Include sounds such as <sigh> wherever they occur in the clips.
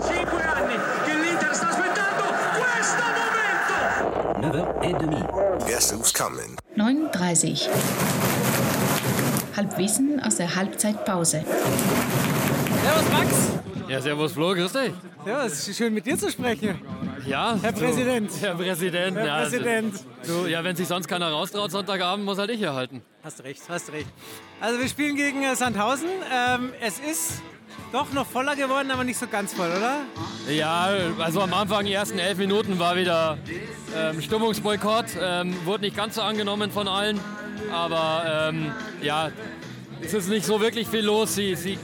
Cinque anni che l'Inter sta aspettando questo momento! 9h30. Guess who's coming? 39. Halbwissen aus der Halbzeitpause. Servus Max. Ja, servus Flo, grüß dich. Ja, es ist schön mit dir zu sprechen. Ja. Herr du- Präsident. Herr Präsident. Herr ja, also- Präsident. Du, ja, wenn sich sonst keiner raustraut Sonntagabend, muss halt ich hier halten. Hast recht, hast recht. Also wir spielen gegen äh, Sandhausen. Ähm, es ist doch noch voller geworden, aber nicht so ganz voll, oder? Ja, also am Anfang, die ersten elf Minuten war wieder ähm, Stimmungsboykott. Ähm, wurde nicht ganz so angenommen von allen. Aber ähm, ja, es ist nicht so wirklich viel los. Sie, sie,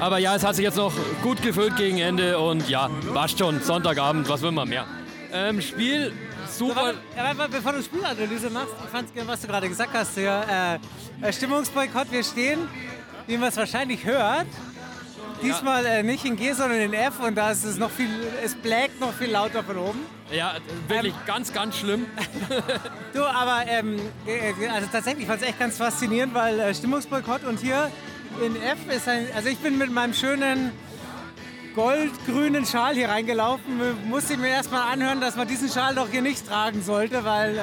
aber ja, es hat sich jetzt noch gut gefüllt gegen Ende. Und ja, passt schon. Sonntagabend, was will man mehr? Ähm, Spiel, So, super. warte, ja, warte, warte, bevor du Spielanalyse machst, ich fand's gerne, was du gerade gesagt hast. Ja, äh, äh, Stimmungsboykott, wir stehen, wie man es wahrscheinlich hört. Diesmal äh, nicht in G, sondern in F und da ist es noch viel, es blägt noch viel lauter von oben. Ja, wirklich ganz, ganz schlimm. Du, aber ähm, äh, also tatsächlich fand es echt ganz faszinierend, weil äh, Stimmungsboykott und hier in F ist ein. Also ich bin mit meinem schönen goldgrünen Schal hier reingelaufen. Musste ich mir erstmal anhören, dass man diesen Schal doch hier nicht tragen sollte, weil. Äh,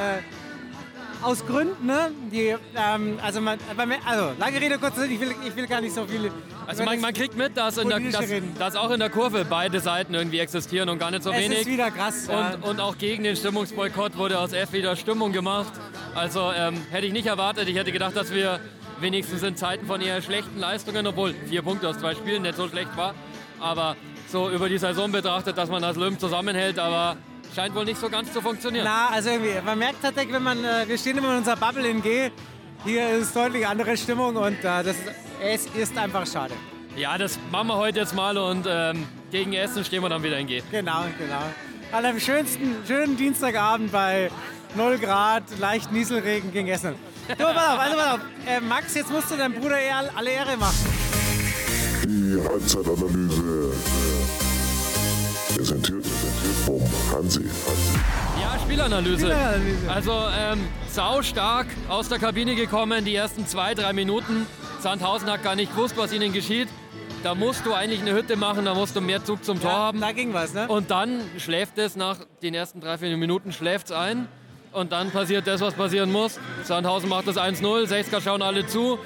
aus Gründen, ne? Die, ähm, also, man, aber mir- also, lange Rede, kurzer Sinn, ich will, ich will gar nicht so viel. Also man, man kriegt mit, dass, in der, Politische dass, Reden. dass auch in der Kurve beide Seiten irgendwie existieren und gar nicht so es wenig. ist wieder krass. ja. und, und auch gegen den Stimmungsboykott wurde aus F wieder Stimmung gemacht. Also ähm, hätte ich nicht erwartet. Ich hätte gedacht, dass wir wenigstens in Zeiten von eher schlechten Leistungen, obwohl vier Punkte aus zwei Spielen nicht so schlecht war, aber so über die Saison betrachtet, dass man das Löwen zusammenhält, aber scheint wohl nicht so ganz zu funktionieren. Na, also irgendwie, man merkt tatsächlich, wenn man, äh, wir stehen immer in unserer Bubble in G, hier ist deutlich andere Stimmung und äh, das ist, es ist einfach schade. Ja, das machen wir heute jetzt mal und ähm, gegen Essen stehen wir dann wieder in G. Genau, genau. An einem schönsten, schönen Dienstagabend bei 0 Grad, leicht Nieselregen gegen Essen. Du, pass auf, also pass auf. Äh, Max, jetzt musst du deinem Bruder eher alle Ehre machen. Die Halbzeitanalyse präsentiert vom Hansi. Ja, Spielanalyse. Spielanalyse. Also ähm, sau stark aus der Kabine gekommen, die ersten zwei, drei Minuten. Sandhausen hat gar nicht gewusst, was ihnen geschieht. Da musst du eigentlich eine Hütte machen, da musst du mehr Zug zum Tor haben. Da ging was, ne? Und dann schläft es nach den ersten drei, vier Minuten schläft's ein. Und dann passiert das, was passieren muss. Sandhausen macht das 1-0, 60er schauen alle zu.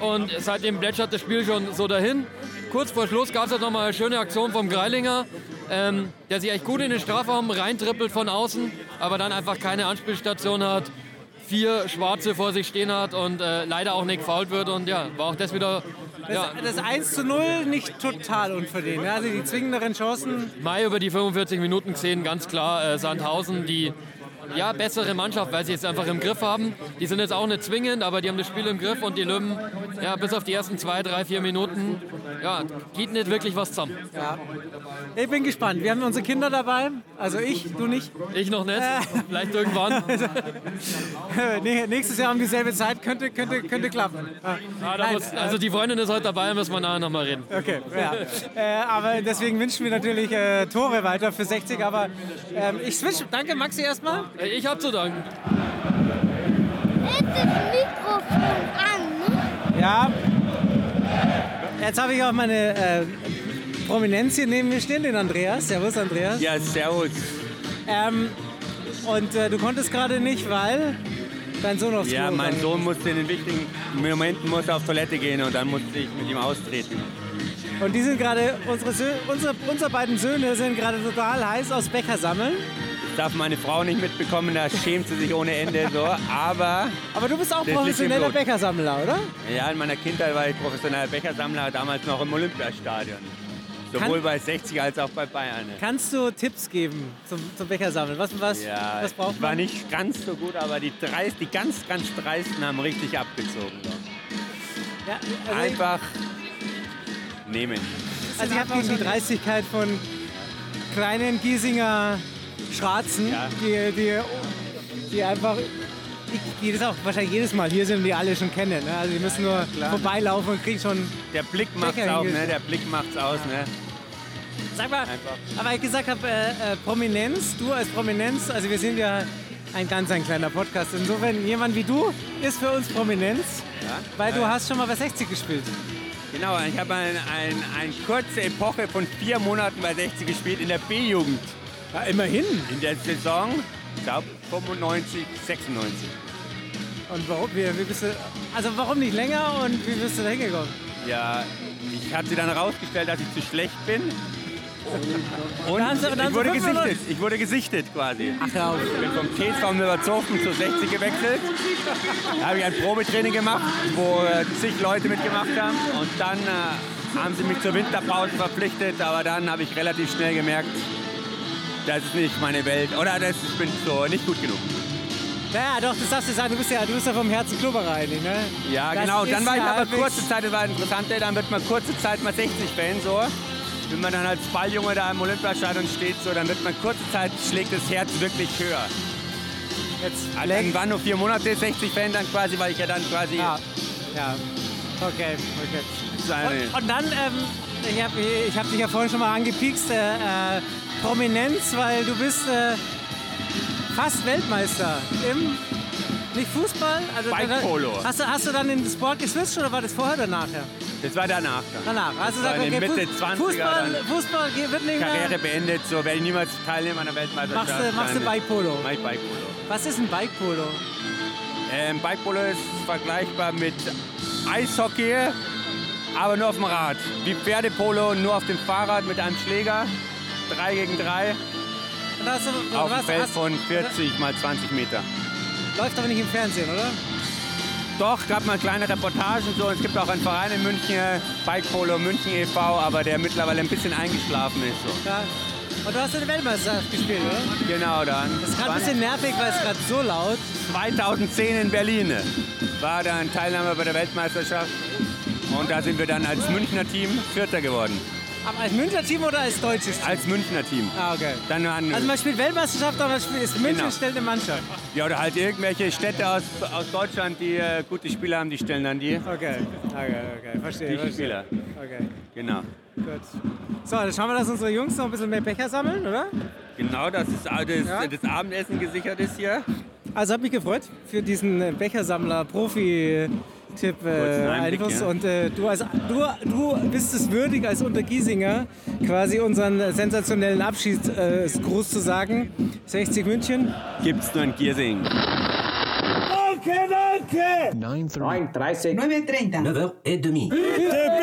Und seitdem plätschert das Spiel schon so dahin. Kurz vor Schluss gab es halt nochmal eine schöne Aktion vom Greilinger, ähm, der sich echt gut in den Strafraum reintrippelt von außen, aber dann einfach keine Anspielstation hat, vier Schwarze vor sich stehen hat und äh, leider auch nicht gefault wird. Und ja, war auch das wieder... Ja, Das 1 zu 0 nicht total unverdient. ne? Also die zwingenderen Chancen. Mai über die 45 Minuten gesehen, ganz klar äh, Sandhausen, die ja, bessere Mannschaft, weil sie es einfach im Griff haben. Die sind jetzt auch nicht zwingend, aber die haben das Spiel im Griff und die Löwen, ja, bis auf die ersten zwei, drei, vier Minuten, ja, geht nicht wirklich was zusammen. Ja. Ich bin gespannt. Wir haben unsere Kinder dabei. Also ich, du nicht. Ich noch nicht, vielleicht irgendwann. <laughs> Nee, nächstes Jahr um dieselbe Zeit könnte, könnte, könnte klappen. Ah, Ah, da nein, muss, also die Freundin ist heute dabei, müssen wir nachher nochmal reden. äh, okay, ja. äh, aber deswegen wünschen wir natürlich äh, Tore weiter für 60. Aber ähm, ich switch. Danke, Maxi, erstmal. Äh, Ich hab zu danken. Ist das Mikrofon an? Ne? Ja. Jetzt habe ich auch meine äh, Prominenz hier neben mir stehen, den Andreas. Servus, Andreas. Ja, servus. Ähm, und äh, du konntest gerade nicht, weil dein Sohn aufs Ja, Klo mein gegangen Sohn musste in den wichtigen Momenten muss er auf Toilette gehen und dann musste ich mit ihm austreten. ist. Und die sind gerade, unsere, Sö unsere, unsere beiden Söhne sind gerade total heiß aus Becher sammeln. Das darf meine Frau nicht mitbekommen, da schämt sie sich ohne Ende so. Aber Aber du bist auch Das liegt im professioneller Blut. Bäckersammler, oder? ja, in meiner Kindheit war ich professioneller Bechersammler, damals noch im Olympiastadion. Sowohl Kann- bei 60 als auch bei Bayern. ne? Kannst du Tipps geben zum, zum Bäckersammeln? Was, was, Ja, was braucht ich war man? nicht ganz so gut, aber die, Dreist, die ganz, ganz Dreisten haben richtig abgezogen. So. Ja, also ich, Einfach nehmen. also ich habe gegen die Dreistigkeit von kleinen Giesinger Schwarzen, Ja. die, die, die einfach... Ich, die das auch wahrscheinlich jedes Mal hier sind und die alle schon kennen. Ne? Also die müssen nur vorbeilaufen und kriegen schon... Der Blick macht's Becher auch, ne? hingestellt. Der Blick macht's aus, ne? Sag mal, Einfach. aber ich gesagt habe, äh, äh, Prominenz, du als Prominenz, also wir sind ja ein ganz ein kleiner Podcast. Insofern, jemand wie du ist für uns Prominenz, weil du hast schon mal bei 60 gespielt. Genau, ich habe eine ein, ein kurze Epoche von vier Monaten bei 60 gespielt in der B-Jugend. Ja, immerhin. In der Saison, ich glaube, 95, 96. Und warum, wie, wie bist du, also warum nicht länger und wie bist du da hingekommen? Ja, ich habe sie dann herausgestellt, dass ich zu schlecht bin. Und Dann so- dann ich so wurde fünf Minuten. gesichtet. Ich wurde gesichtet quasi. Ach, hör auf. Ich bin vom TSV Müller-Zofen zu 60 gewechselt. Da habe ich ein Probetraining gemacht, wo äh, zig Leute mitgemacht haben. Und dann äh, haben sie mich zur Winterpause verpflichtet. Aber dann habe ich relativ schnell gemerkt, das ist nicht meine Welt. Oder das ich bin so nicht gut genug. Naja, doch, das darfst du sagen, du bist ja, du bist ja vom Herzen Klubberer eigentlich, ne? Ja, Das genau. Dann ist halt war ich ja aber halbwegs- kurze Zeit, das war interessant, ey, dann wird man kurze Zeit mal 60-Fan, so. Wenn man dann als Balljunge da im Olympiastadion steht, so, dann wird man kurze Zeit, schlägt das Herz wirklich höher. Jetzt Also dann waren nur vier Monate 60-Fan dann quasi, weil ich ja dann quasi... Ja, ja. Okay, okay. Seine- Und, und dann, ähm, ich habe ich hab dich ja vorhin schon mal angepiekst, äh, äh, Prominenz, weil du bist äh, fast Weltmeister im, nicht Fußball? Also, Bike dann- Polo. Hast du, hast du dann in den Sport geswitcht oder war das vorher oder nachher? Das war danach dann. Danach. Hast du war in den Fu- Mitte 20er Fußball, dann. Fußball geht- wird nicht mehr. Karriere beendet, so werde ich niemals teilnehmen an der Weltmeisterschaft. Machst du- machst du Dann- Bike Polo? Mach ich Bike Polo. Was ist ein Bike Polo? Ähm, Bike Polo ist vergleichbar mit Eishockey, aber nur auf dem Rad. Wie Pferdepolo, nur auf dem Fahrrad mit einem Schläger. 3 gegen 3 Und hast du, auf dem was- Feld hast- von 40 mal 20 Meter. Läuft aber nicht im Fernsehen, oder? Doch, gab mal kleine Reportagen so. Es gibt auch einen Verein in München, Bike Polo München e.V., aber der mittlerweile ein bisschen eingeschlafen ist. So. Ja. Und du hast in der Weltmeisterschaft gespielt, oder? Genau dann. Das ist gerade ein bisschen nervig, weil es gerade so laut 2010 in Berlin war dann Teilnahme bei der Weltmeisterschaft. Und da sind wir dann als Münchner Team Vierter geworden. Aber als Münchner Team oder als deutsches Team? Als Münchner Team. Ah, okay. Dann waren, Also man spielt Weltmeisterschaft, aber man spielt, ist München Genau. stellt eine Mannschaft. ja, oder halt irgendwelche Städte aus, aus Deutschland, die äh, gute Spieler haben, die stellen dann die. Okay, okay, okay. Verstehe, Die verstehe. Spieler. Okay, Genau. gut. So, dann schauen wir, dass unsere Jungs noch ein bisschen mehr Becher sammeln, oder? Genau, dass das, das, Ja. das Abendessen gesichert ist hier. Also hat mich gefreut für diesen äh, Bechersammler-Profi-Tipp äh, Kurzen Einblick, Einfluss. ja. Und äh, du, als, du, du bist es würdig, als Untergiesinger quasi unseren äh, sensationellen Abschied äh, groß zu sagen. 60 München. Gibt's nur in Giersing. 9.30 9h30. 9h30 9h30. Bitte,